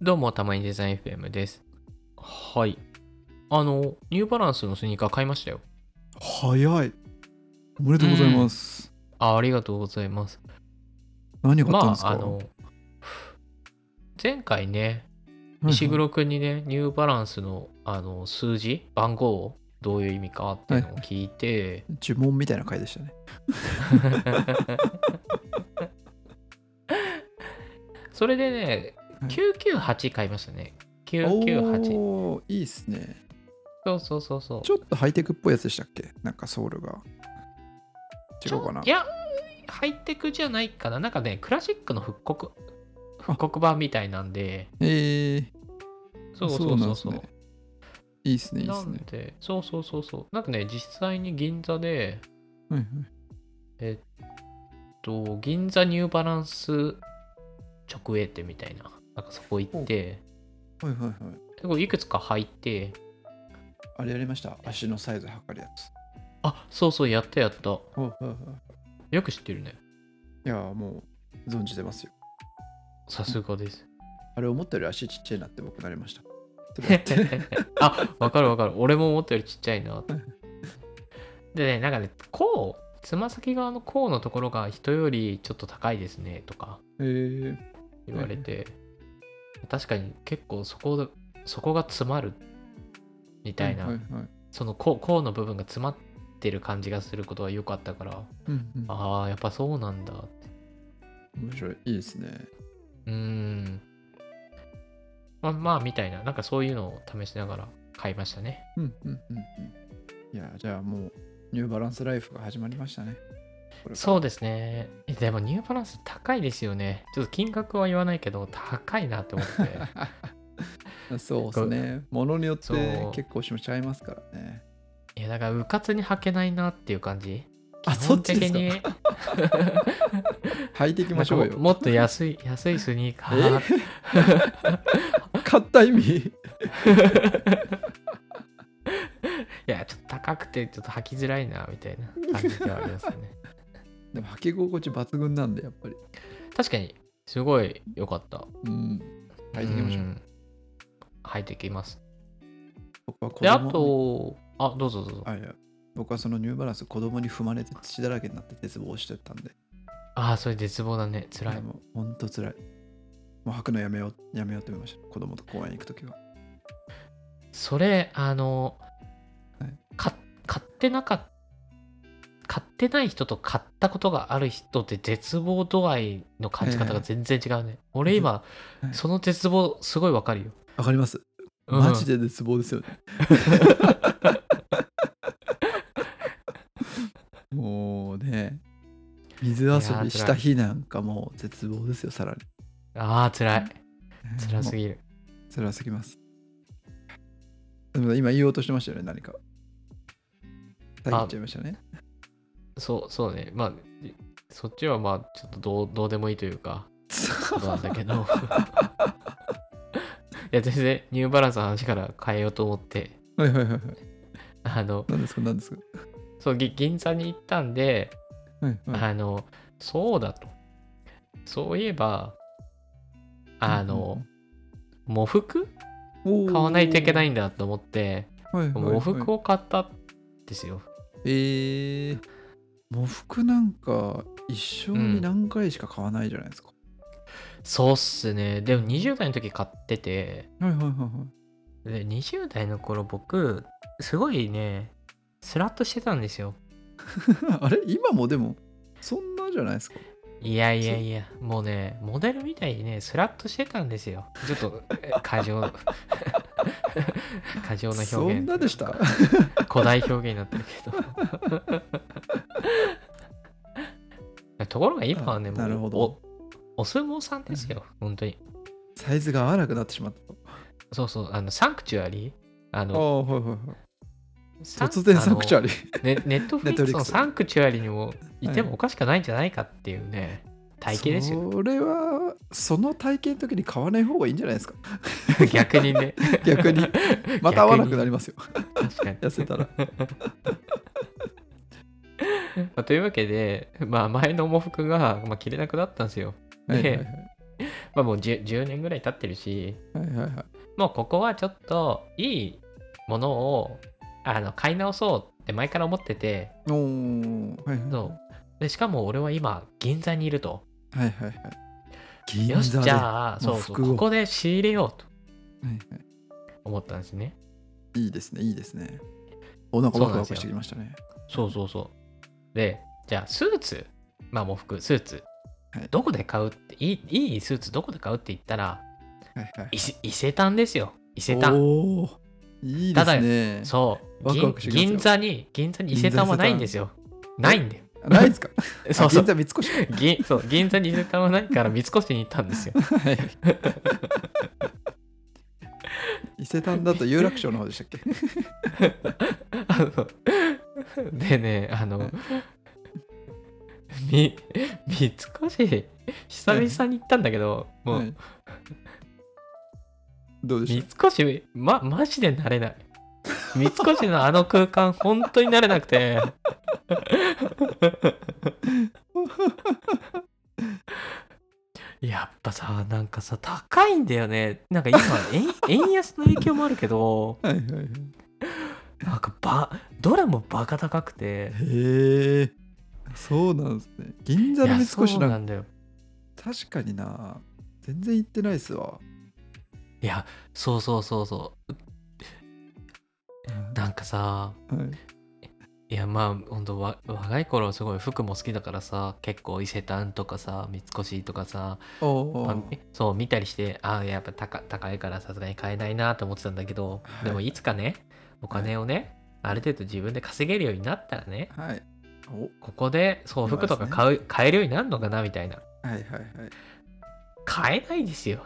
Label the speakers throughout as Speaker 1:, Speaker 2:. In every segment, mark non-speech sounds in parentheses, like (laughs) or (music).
Speaker 1: どうも、たまにデザイン FM です。はい。あの、ニューバランスのスニーカー買いましたよ。
Speaker 2: 早いおめでとうございます、
Speaker 1: あありがとうございます。
Speaker 2: 何があったん
Speaker 1: ま
Speaker 2: です
Speaker 1: あ、
Speaker 2: か、
Speaker 1: あの、前回ね、
Speaker 2: はい
Speaker 1: 石黒くんにね、ニューバランスのあの数字、番号をどういう意味かっていうのを聞いて、
Speaker 2: 呪文みたいな回でしたね
Speaker 1: それでね、
Speaker 2: はい
Speaker 1: 998買いましたね。998。
Speaker 2: おーいいっすね
Speaker 1: そうそうそうそう。
Speaker 2: ちょっとハイテクっぽいやつでしたっけなんかソウルが違うかない
Speaker 1: や、ハイテクじゃないかな。なんかね、クラシックの復刻、復刻版みたいなんで、
Speaker 2: えー、
Speaker 1: そうそうそうそう。
Speaker 2: なんですねいいっすねいいっ
Speaker 1: な
Speaker 2: す
Speaker 1: ん
Speaker 2: ね
Speaker 1: で、そうそうそうそう。なんかね、実際に銀座で、
Speaker 2: はいはい
Speaker 1: と銀座ニューバランス直営店みたいな、なんかそこ行って、
Speaker 2: はいはいはい
Speaker 1: でこれいくつか履いて、
Speaker 2: あれやりました足のサイズ測るやつ
Speaker 1: あそうそう、やったやった。
Speaker 2: はいはいはい
Speaker 1: よく知ってるね。
Speaker 2: いやーもう存じてますよ
Speaker 1: さすが
Speaker 2: (laughs)
Speaker 1: です。 (laughs)
Speaker 2: あれ思ったより足ちっちゃいなって僕なりましたそれやって
Speaker 1: (laughs) あわかるわかる。俺も思ったよりちっちゃいなって。でね、なんかね、甲、つま先側の甲のところが人よりちょっと高いですねとか
Speaker 2: えー、
Speaker 1: 言われて、確かに結構そこ、そこが詰まるみたいな、
Speaker 2: はいはいはい
Speaker 1: その甲甲の部分が詰まってる感じがすることは良かったから、
Speaker 2: うんうん
Speaker 1: ああ、やっぱそうなんだ。
Speaker 2: 面白いいいですね
Speaker 1: うーん。まあまあ、みたいな、なんかそういうのを試しながら買いましたね。
Speaker 2: うんうんうんうんいやじゃあもうニューバランスライフが始まりましたねこれから
Speaker 1: そうですね。えでもニューバランス高いですよね。ちょっと金額は言わないけど、高いなって思って。
Speaker 2: (laughs) そうですねものによって
Speaker 1: そう
Speaker 2: 結構しもちゃいますからね
Speaker 1: いや、だから、うかつに履けないなっていう感じ。
Speaker 2: あ
Speaker 1: 基
Speaker 2: そっ
Speaker 1: 本
Speaker 2: ちで
Speaker 1: 的
Speaker 2: す
Speaker 1: に
Speaker 2: か、履いていきましょう
Speaker 1: なんか
Speaker 2: よ
Speaker 1: もっと安い、安いスニーカー。
Speaker 2: 買った意味 (laughs)
Speaker 1: いや、ちょっと高くて、ちょっと履きづらいな、みたいな感じではありますね。
Speaker 2: でも履き心地抜群なんでやっぱり
Speaker 1: 確かに、すごい良かった。
Speaker 2: うん履いていきましょう
Speaker 1: うん履いてきます。
Speaker 2: 僕は子供
Speaker 1: で、あと、あ、どうぞどうぞ。
Speaker 2: あいや僕はそのニューバランス子供に踏まれて土だらけになって絶望してたんで
Speaker 1: ああ、それ絶望だね。辛
Speaker 2: いや
Speaker 1: い。
Speaker 2: もうほんとつらいもう履くのやめようやめようって思いました子供と公園行くときは
Speaker 1: それあの、
Speaker 2: はい
Speaker 1: か買ってなかっ買ってない人と買ったことがある人って絶望度合いの感じ方が全然違うね、俺今、
Speaker 2: はい
Speaker 1: その絶望すごいわかるよ、
Speaker 2: わかります
Speaker 1: うん
Speaker 2: マジで絶望ですよ
Speaker 1: (laughs)
Speaker 2: ね。もうね、水遊びした日なんかもう絶望ですよ、さらに。
Speaker 1: ああ辛い辛す
Speaker 2: ぎ。
Speaker 1: ぎる
Speaker 2: 辛すぎます。でも今言おうとしてましたよね、何か。遮っちゃいましたね。
Speaker 1: そうそうねまあそっちはまあちょっとどうどうでもいいというかことなんだけど (laughs) いや全然ニューバランスの話から変えようと思って
Speaker 2: はいはいはいはい。
Speaker 1: あの
Speaker 2: 何ですか、何ですか。
Speaker 1: そうぎ銀座に行ったんで
Speaker 2: はいはい。
Speaker 1: あの、そうだと。そういえば、あの、喪服
Speaker 2: おー、
Speaker 1: 買わないといけないんだと思って、
Speaker 2: はいはいはい。
Speaker 1: 喪服を買ったんですよ。
Speaker 2: えー、喪服なんか一生に何回しか買わないじゃないですか。
Speaker 1: そうっすね。でも20代の時買ってて、
Speaker 2: はいはいはいはい。
Speaker 1: で20代の頃僕、すごいね、スラッとしてたんですよ。
Speaker 2: (laughs) あれ今もでもそんなじゃないですか。
Speaker 1: いやいやいや、もうね、モデルみたいにね、スラッとしてたんですよ。ちょっと、え過剰、 (laughs) 過剰な表現。
Speaker 2: そんなでした。
Speaker 1: 古代表現になってるけど (laughs) ところが今はね
Speaker 2: あ
Speaker 1: も
Speaker 2: なる
Speaker 1: う
Speaker 2: ほど
Speaker 1: おお相撲さんですよ本当に
Speaker 2: サイズが合わなくなってしまった。
Speaker 1: そうそうあのサンクチュアリーあ
Speaker 2: あ
Speaker 1: の
Speaker 2: あ、はいはいはい。
Speaker 1: サン
Speaker 2: 突然サクチャリ。
Speaker 1: あのねネットフリックス
Speaker 2: Netflix
Speaker 1: のサンクチュアリーにもいて
Speaker 2: は
Speaker 1: も
Speaker 2: い
Speaker 1: おかしくないんじゃないかっていうね体型ですよ
Speaker 2: それは、その体験の時に買わない方がいいんじゃないですか。
Speaker 1: (laughs) 逆にね
Speaker 2: (laughs)
Speaker 1: (laughs)
Speaker 2: 逆に。また合わなくなりますよ。
Speaker 1: 確かに
Speaker 2: 痩せたら。
Speaker 1: まあというわけで、まあ、前の喪服が、まあ、着れなくなったんですよ
Speaker 2: はいはいはい
Speaker 1: まあもう 10, 10年ぐらい経ってるし、
Speaker 2: はいはいはい。
Speaker 1: もうここはちょっといいものをあの買い直そうって前から思ってて、
Speaker 2: おー、はいはい。
Speaker 1: そうでしかも俺は今銀座にいると。
Speaker 2: はいはいはい。銀
Speaker 1: よしじ
Speaker 2: は
Speaker 1: ゃあ
Speaker 2: も
Speaker 1: そううそう
Speaker 2: 服を
Speaker 1: ここで仕入れようと
Speaker 2: いはい
Speaker 1: 思ったんですね。
Speaker 2: いいですね、いいですね。お、なんかワクワクしてきましたね。
Speaker 1: そうそうそう。でじゃあスーツまあもう服スーツ、
Speaker 2: はい
Speaker 1: どこで買うっていいいいスーツどこで買うって言ったら
Speaker 2: はいはい。
Speaker 1: 伊勢伊勢丹ですよ伊勢丹。
Speaker 2: おーいいですね。
Speaker 1: そう
Speaker 2: ワクワ
Speaker 1: 銀
Speaker 2: クしますよ
Speaker 1: 銀座に銀座に伊勢丹はないんですよ。
Speaker 2: 座伊
Speaker 1: な
Speaker 2: 勢丹
Speaker 1: いんだよ。
Speaker 2: あないですか
Speaker 1: (laughs) そうそう
Speaker 2: あ銀座三越か。
Speaker 1: (laughs) 銀そう銀座に伊勢丹はないから三越に行ったんですよ。
Speaker 2: (laughs) はい。伊勢丹だと有楽町の方でしたっけ
Speaker 1: あのでねあ
Speaker 2: は
Speaker 1: の (laughs)
Speaker 2: い
Speaker 1: み三越久々に行ったんだけど、もう、
Speaker 2: はいどうでし
Speaker 1: 三越まマジで慣れない三越のあの空間
Speaker 2: (laughs)
Speaker 1: 本当に慣れなくてやっぱさなんかさ高いんだよねなんか今円円安の影響もあるけど
Speaker 2: たはいはいはい。
Speaker 1: なんかばどれもバカ高くて
Speaker 2: へえ。そうなんですね。銀座
Speaker 1: い
Speaker 2: の
Speaker 1: や
Speaker 2: 三越
Speaker 1: そう
Speaker 2: な
Speaker 1: な
Speaker 2: んか
Speaker 1: んだよ
Speaker 2: 確かにな。全然行ってないっすわ。
Speaker 1: いやそうそうそうそう
Speaker 2: は
Speaker 1: なんかさいやまあ本当わ若い頃はすごい服も好きだからさ結構伊勢丹とかさ三越とかさ、
Speaker 2: い、お
Speaker 1: まあ
Speaker 2: ー
Speaker 1: みそう見たりしてああやっぱ高高いからさすがに買えないなと思ってたんだけど、
Speaker 2: はい
Speaker 1: でもいつかねお金をね、ある程度自分で稼げるようになったらね
Speaker 2: はい。お
Speaker 1: ここでそう
Speaker 2: そう
Speaker 1: 服
Speaker 2: です
Speaker 1: と
Speaker 2: ね
Speaker 1: か買う、買えるようになるのかなみたいな
Speaker 2: はいはいはい。
Speaker 1: 買えないですよ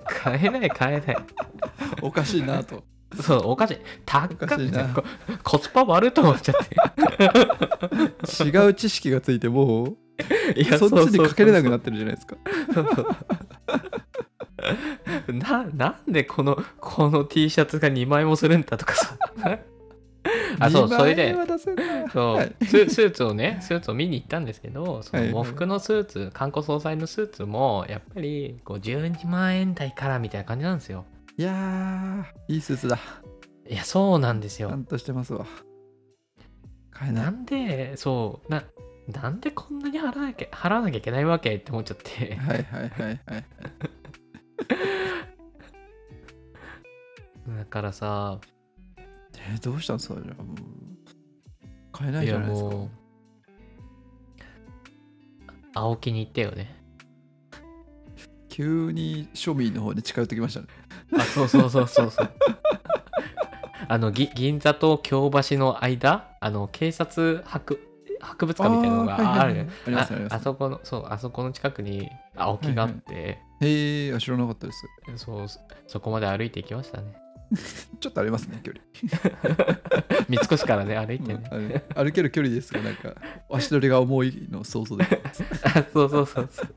Speaker 2: (laughs)
Speaker 1: 買えない買えない
Speaker 2: おかしいな
Speaker 1: (laughs)
Speaker 2: と。
Speaker 1: そうおかしい高
Speaker 2: おかしいな
Speaker 1: っこコスパ悪いと思っちゃ
Speaker 2: (laughs)
Speaker 1: って
Speaker 2: 違う知識がついてもう
Speaker 1: いや
Speaker 2: そっちにかけれなく
Speaker 1: な
Speaker 2: なってるじゃないですか。
Speaker 1: (laughs) ななんでこのこの T シャツが2枚もするんだとか
Speaker 2: (laughs)
Speaker 1: さあそう
Speaker 2: 二
Speaker 1: それ
Speaker 2: 万
Speaker 1: で
Speaker 2: 円は出せない
Speaker 1: そう、
Speaker 2: はい
Speaker 1: ススーツをねスーツを見に行ったんですけどその
Speaker 2: はいは
Speaker 1: 喪
Speaker 2: い
Speaker 1: 服のスーツ観光総裁のスーツもやっぱりこう12万円台からみたいな感じなんですよ
Speaker 2: いやー、いいスーツだ。
Speaker 1: いやそうなんです
Speaker 2: ちゃ
Speaker 1: よ
Speaker 2: んとしてますわ。買えな。
Speaker 1: ないんでそうななんでこんなに払わなきゃ払わなきゃいけないわけって思っちゃって
Speaker 2: はいはいはいはい。
Speaker 1: だからさ
Speaker 2: えーどうしたんですかじゃあもう。買えない
Speaker 1: い
Speaker 2: じゃ
Speaker 1: や
Speaker 2: ないですか。
Speaker 1: もう青木に行ってよね
Speaker 2: 急に庶民の方に近寄ってきましたね。
Speaker 1: あそうそうそうそうそうあのぎ銀座と京橋の間あの警察博博物館みたいなの
Speaker 2: ー
Speaker 1: があるね
Speaker 2: ありますあります。
Speaker 1: そこのそうあそこの近くに青木があって、
Speaker 2: へえ、あ知らなかったです。
Speaker 1: そうそそこまで歩いていきましたね
Speaker 2: ちょっとありますね、距離。
Speaker 1: 三越からね歩いて
Speaker 2: うん
Speaker 1: ね、
Speaker 2: あれ歩ける距離ですが、なんか、足取りが重いの想像できま
Speaker 1: あそうそうそうそう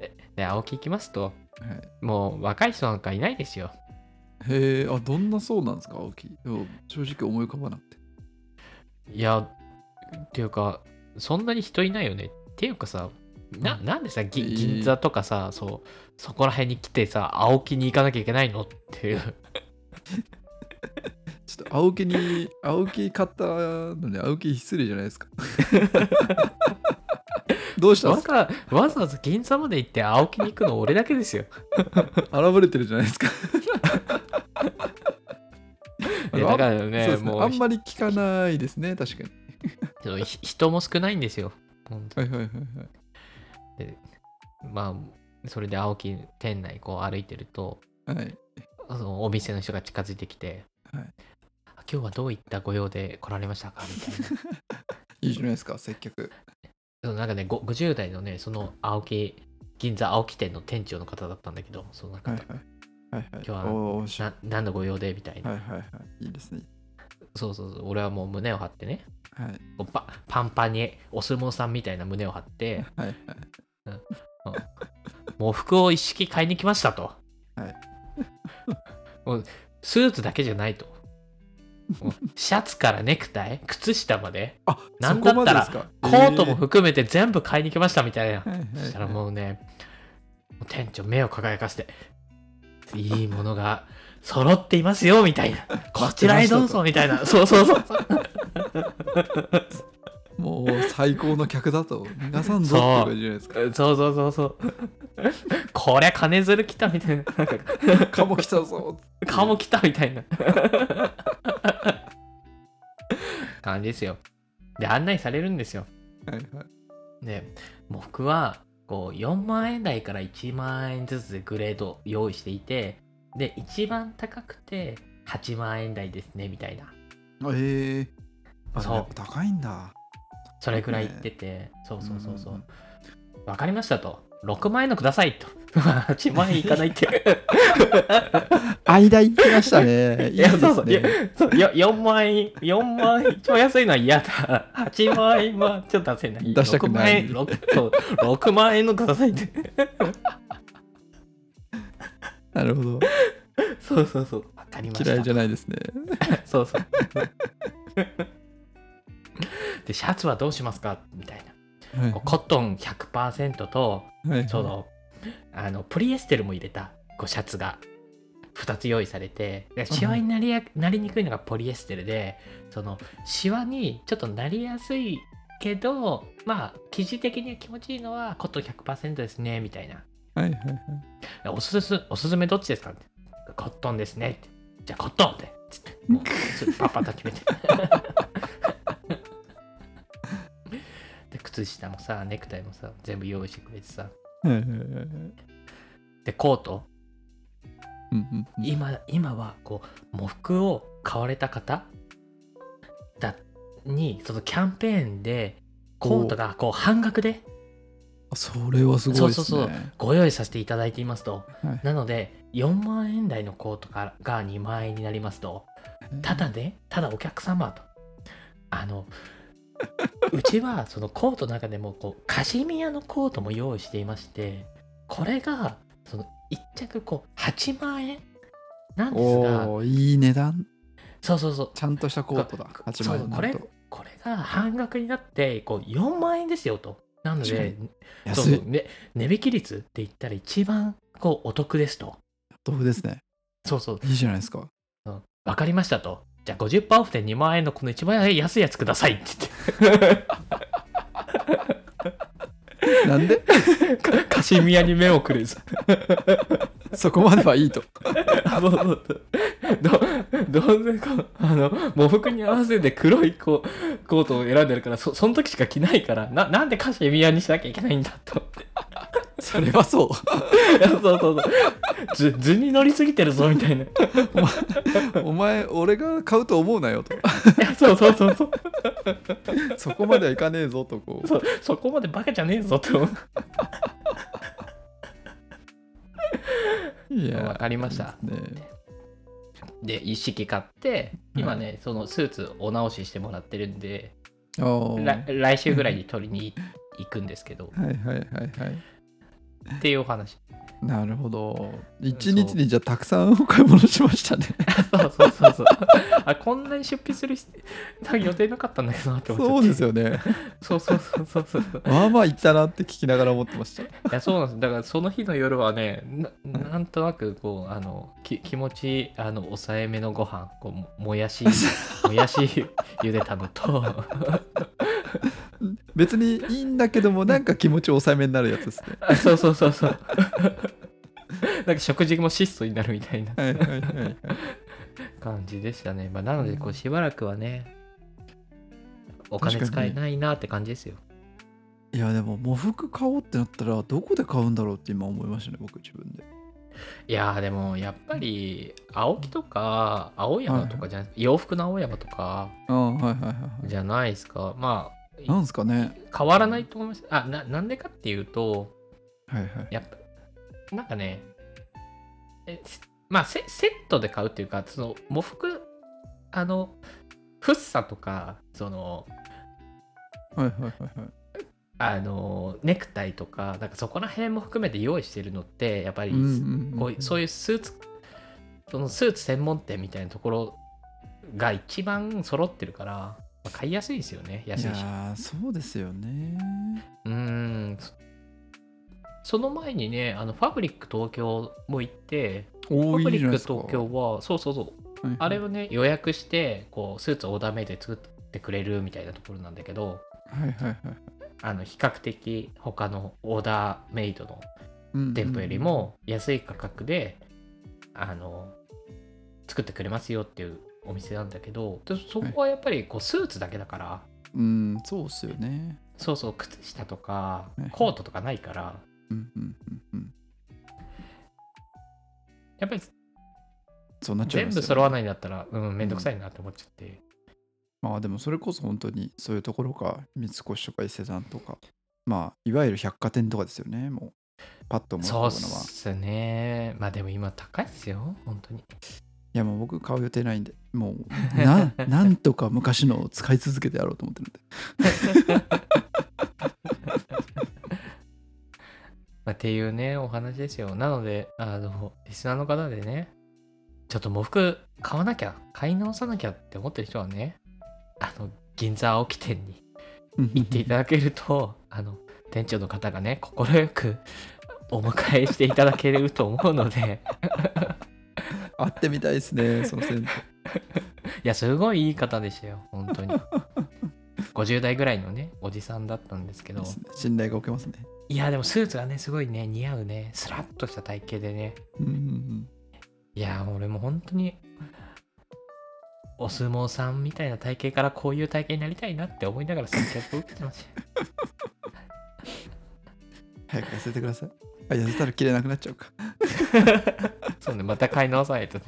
Speaker 1: えで青木行きますと
Speaker 2: す。はい
Speaker 1: もう若い人なんかいないですよ
Speaker 2: へえ、あ、どんなそうなんですか、青木。でも正直思い浮かばなくて。
Speaker 1: いや、っていうか、そんなに人いないよね。っていうかさ、な
Speaker 2: う
Speaker 1: なんでさ、ぎ
Speaker 2: えー
Speaker 1: 銀座とかさ、そう、そこら辺に来てさ、青木に行かなきゃいけないのっていう。
Speaker 2: ちょっと青木に、青木買ったのに、青木失礼じゃないですか。 (laughs) どうしたん
Speaker 1: わ
Speaker 2: ですか
Speaker 1: ざわざわざ銀座まで行って青木に行くの俺 (laughs) だけですよ。
Speaker 2: (laughs) 現れてるじゃないですか。
Speaker 1: いやだから
Speaker 2: あ
Speaker 1: ね、
Speaker 2: そうですね
Speaker 1: も
Speaker 2: あ
Speaker 1: うん
Speaker 2: まり聞かないですね、確かに。
Speaker 1: ひひ人も少ないんですよ。ほんと
Speaker 2: はいはいはいはい。
Speaker 1: まあ、それで青木店内こう歩いてると、
Speaker 2: はい、
Speaker 1: そのお店の人が近づいてきて、
Speaker 2: はい
Speaker 1: 今日はどういったご用で来られましたかみたいな。
Speaker 2: いいじゃないですか、接客。
Speaker 1: そのなんかねご50代のねその青木銀座青木店の店長の方だったんだけどそのなんか、
Speaker 2: はいはい。はいはい。
Speaker 1: 今日は
Speaker 2: おーし
Speaker 1: な何のご用でみたいな、
Speaker 2: はいはいはい。いいですね。
Speaker 1: そうそうそう俺はもう胸を張ってね
Speaker 2: はい
Speaker 1: こうパパンパンにお相撲さんみたいな胸を張
Speaker 2: (laughs)
Speaker 1: って
Speaker 2: はいはい。
Speaker 1: 喪服を一式買いに来ま (laughs) したと、
Speaker 2: はい
Speaker 1: もうスーツだけじゃないともうシャツからネクタイ靴下ま
Speaker 2: (laughs)
Speaker 1: で
Speaker 2: あ
Speaker 1: なんだったら
Speaker 2: そこ
Speaker 1: コ
Speaker 2: までですか
Speaker 1: ートも含めて全部買いに来ましたみたいな
Speaker 2: えーはいはいはい
Speaker 1: そしたらもうねもう店長目を輝かせていいものが揃っていますよみたいなこちらへどうぞみたいなそうそうそう
Speaker 2: もう最高の客だと逃さんぞって感じじゃないですか
Speaker 1: そうそうそうそうこりゃ金づる来たみたいななんか
Speaker 2: カモ来たぞ
Speaker 1: 顔も来たみたいな感じですよで案内されるんですよ
Speaker 2: はいはい
Speaker 1: で僕はこう4万円台から1万円ずつでグレード用意していてで一番高くて8万円台ですねみたいな
Speaker 2: あへえあ
Speaker 1: そう
Speaker 2: やっぱ高いんだ
Speaker 1: それくらい言ってて、そうそうそうそう、分かりましたと6万円のくださいと (laughs) 8万円いかない
Speaker 2: (laughs)
Speaker 1: って
Speaker 2: 間行ってました (laughs) ね
Speaker 1: いやそうそういやそうよ4万円4万円一番安いのは嫌だ8万円はちょっと出せない
Speaker 2: 出したくない
Speaker 1: 6万円 6, そう6万円のくださいって
Speaker 2: なるほど
Speaker 1: そうそうそう分かりました
Speaker 2: 嫌いじゃないですね
Speaker 1: そうそう。で、シャツはどうしますかみたい
Speaker 2: はい
Speaker 1: な。こうコットン100%と、
Speaker 2: はい
Speaker 1: その、あの、プリエステルも入れた、こう、シャツが。2つ用意されてでシワになりやなりにくいのがポリエステルでそのシワにちょっとなりやすいけどまあ生地的には気持ちいいのはコットン100%ですねみたいな
Speaker 2: はいはいはい
Speaker 1: でおすすおすすめどっちですかってコットンですねってじゃあコットンってつってもうすぐパッパッと決めてで靴下もさネクタイもさ全部用意してくれてさ
Speaker 2: はいはいはいはい
Speaker 1: でコート
Speaker 2: うんうん
Speaker 1: 今今はこう喪服を買われた方だにそのキャンペーンでコートがこう半額で
Speaker 2: あそれはすごいですね
Speaker 1: そうそうそうご用意させていただいていますと、
Speaker 2: はい
Speaker 1: なので4万円台のコートがが2万円になりますとただねただお客様とあ
Speaker 2: (laughs)
Speaker 1: のうちはそのコートの中でもこうカシミヤのコートも用意していましてこれがその1着こう8万円なんですが
Speaker 2: おーいい値段
Speaker 1: そうそうそう
Speaker 2: ちゃんとしたコートだ
Speaker 1: こ
Speaker 2: 8万円
Speaker 1: そうこ
Speaker 2: だ
Speaker 1: れ
Speaker 2: と
Speaker 1: これが半額になってこう4万円ですよとなの
Speaker 2: 確
Speaker 1: でそう
Speaker 2: 安
Speaker 1: そう
Speaker 2: い
Speaker 1: ね、値引き率って言ったら一番こうお得ですと
Speaker 2: 豆腐ですね
Speaker 1: そうそう
Speaker 2: いいじゃないですか
Speaker 1: うんわかりましたと。じゃあ50%オフで2万円のこの一番安いやつくださいって
Speaker 2: なんで (laughs)
Speaker 1: 言って。かカシミヤに目をくれず。
Speaker 2: そこまではいいと
Speaker 1: あそうそうそうどどうせこうあの喪服に合わせて黒いこうコートを選んでるからそその時しか着ないからななんでカシミヤにしなきゃいけないんだと思って
Speaker 2: それはそう
Speaker 1: いやそうそうそう図図に乗りすぎてるぞみたいない
Speaker 2: お前俺が買うと思うなよと
Speaker 1: やそうそうそうそう
Speaker 2: そこまではいかねえぞとこう
Speaker 1: そうそこまでバカじゃねえぞと思って
Speaker 2: い
Speaker 1: わかりました
Speaker 2: いいですね
Speaker 1: で一式買って今ね、そのスーツお直ししてもらってるんで
Speaker 2: あー
Speaker 1: ら来週ぐらいに取りに行くんですけど
Speaker 2: はいはいはいはい
Speaker 1: っていうお話
Speaker 2: なるほど一日にじゃあたくさんお買い物しましたね
Speaker 1: そうそうそうそうあこんなに出費する必なんか予定なかったんだけどなって思っちゃって
Speaker 2: そうですよね
Speaker 1: そうそうそうそうそうそう
Speaker 2: まあまあ行ったなって聞きながら思ってました
Speaker 1: いやそうなんですだからその日の夜はねななんとなくこうあのき気持ちあの抑えめのご飯こうももや
Speaker 2: (laughs)
Speaker 1: しもやし茹でたのと
Speaker 2: 別にいいんだけどもなんか気持ち抑えめになるやつですね
Speaker 1: あそうそうそうそうなんか食事も質素になるみたいな
Speaker 2: はいはいはいはい
Speaker 1: 感じでしたね、まあ、なのでこ
Speaker 2: う
Speaker 1: うんしばらくはねお
Speaker 2: 確
Speaker 1: 金
Speaker 2: かに
Speaker 1: 使えないなって感じですよ、
Speaker 2: いやでも喪服買おうってなったらどこで買うんだろうって今思いましたね僕自分で
Speaker 1: いやーでもやっぱり青木とか青山とかじゃない、洋服の青山とか
Speaker 2: ああはいはいはいはい
Speaker 1: じゃないですかま
Speaker 2: なんですかね
Speaker 1: あ変わらないと思いますあななんでかっていうと
Speaker 2: はいはい
Speaker 1: やっぱなんかねえせまあセセットで買うっていうかその喪服あのフッサとかその
Speaker 2: はいはいはいはい
Speaker 1: あのネクタイとかなんかそこら辺も含めて用意してるのってやっぱり、
Speaker 2: うんうんうん
Speaker 1: こういそういうスーツそのスーツ専門店みたいなところが一番揃ってるから、まあ買いやすいですよね安
Speaker 2: い
Speaker 1: いし
Speaker 2: やーそうですよね
Speaker 1: うーんそその前にねあのファブリック東京も行ってフ
Speaker 2: 多
Speaker 1: ァブ
Speaker 2: い
Speaker 1: リ
Speaker 2: じゃ
Speaker 1: ッ
Speaker 2: な
Speaker 1: ク
Speaker 2: いですか
Speaker 1: 東京はそうそうそう
Speaker 2: はいはい
Speaker 1: あれをね予約してこうスーツオーダーメイドで作ってくれるみたいなところなんだけど
Speaker 2: はいはいはい
Speaker 1: あの比較的他のオーダーメイドの
Speaker 2: うんうん
Speaker 1: 店舗よりも安い価格で、あの作ってくれますよっていうお店なんだけどでそこはやっぱりこうスーツだけだから、
Speaker 2: うんそうっすよね
Speaker 1: そうそう靴下とか
Speaker 2: はい
Speaker 1: コートとかないから、
Speaker 2: うんうんうんうん
Speaker 1: やっぱり
Speaker 2: そうなっちゃい
Speaker 1: 全
Speaker 2: ますよ
Speaker 1: 部
Speaker 2: ね
Speaker 1: 揃わないんだったら、うん、めんどくさいなって思っちゃって。
Speaker 2: まあでもそれこそ本当にそういうところか三越とか伊勢丹とかまあいわゆる百貨店とかですよねもうパッと思うとこ
Speaker 1: そう
Speaker 2: ろ
Speaker 1: っ
Speaker 2: は
Speaker 1: すね。まあでも今高いっすよ、本当に。
Speaker 2: いやもう僕買う予定ないんでも
Speaker 1: (laughs)
Speaker 2: うななんとか昔のを使い続けてやろうと思ってるんで
Speaker 1: まあ、っていうね、お話ですよ。なので、あの、リスナーの方でね、ちょっと喪服買わなきゃ、買い直さなきゃって思ってる人はね、あの、銀座青木店に
Speaker 2: うん
Speaker 1: 行っていただけると、あの、店長の方がね、快くお迎えしていただけると思うので、
Speaker 2: 会ってみたいですねその先
Speaker 1: (laughs)
Speaker 2: 生
Speaker 1: いや、すごいいい方でしたよ、本当に。50代ぐらいのね、おじさんだったんですけど、
Speaker 2: ですね信頼が置けますね
Speaker 1: いや、でもスーツがね、すごいね、似合うね、スラッとした体型でね、
Speaker 2: うんうん
Speaker 1: いやー俺も本当にお相撲さんみたいな体型からこういう体型になりたいなって思いながら接客を受けてましたよ
Speaker 2: うん早く痩せてくださいあ痩せたら着れなくなっちゃうか
Speaker 1: そうねまた買い直さないとね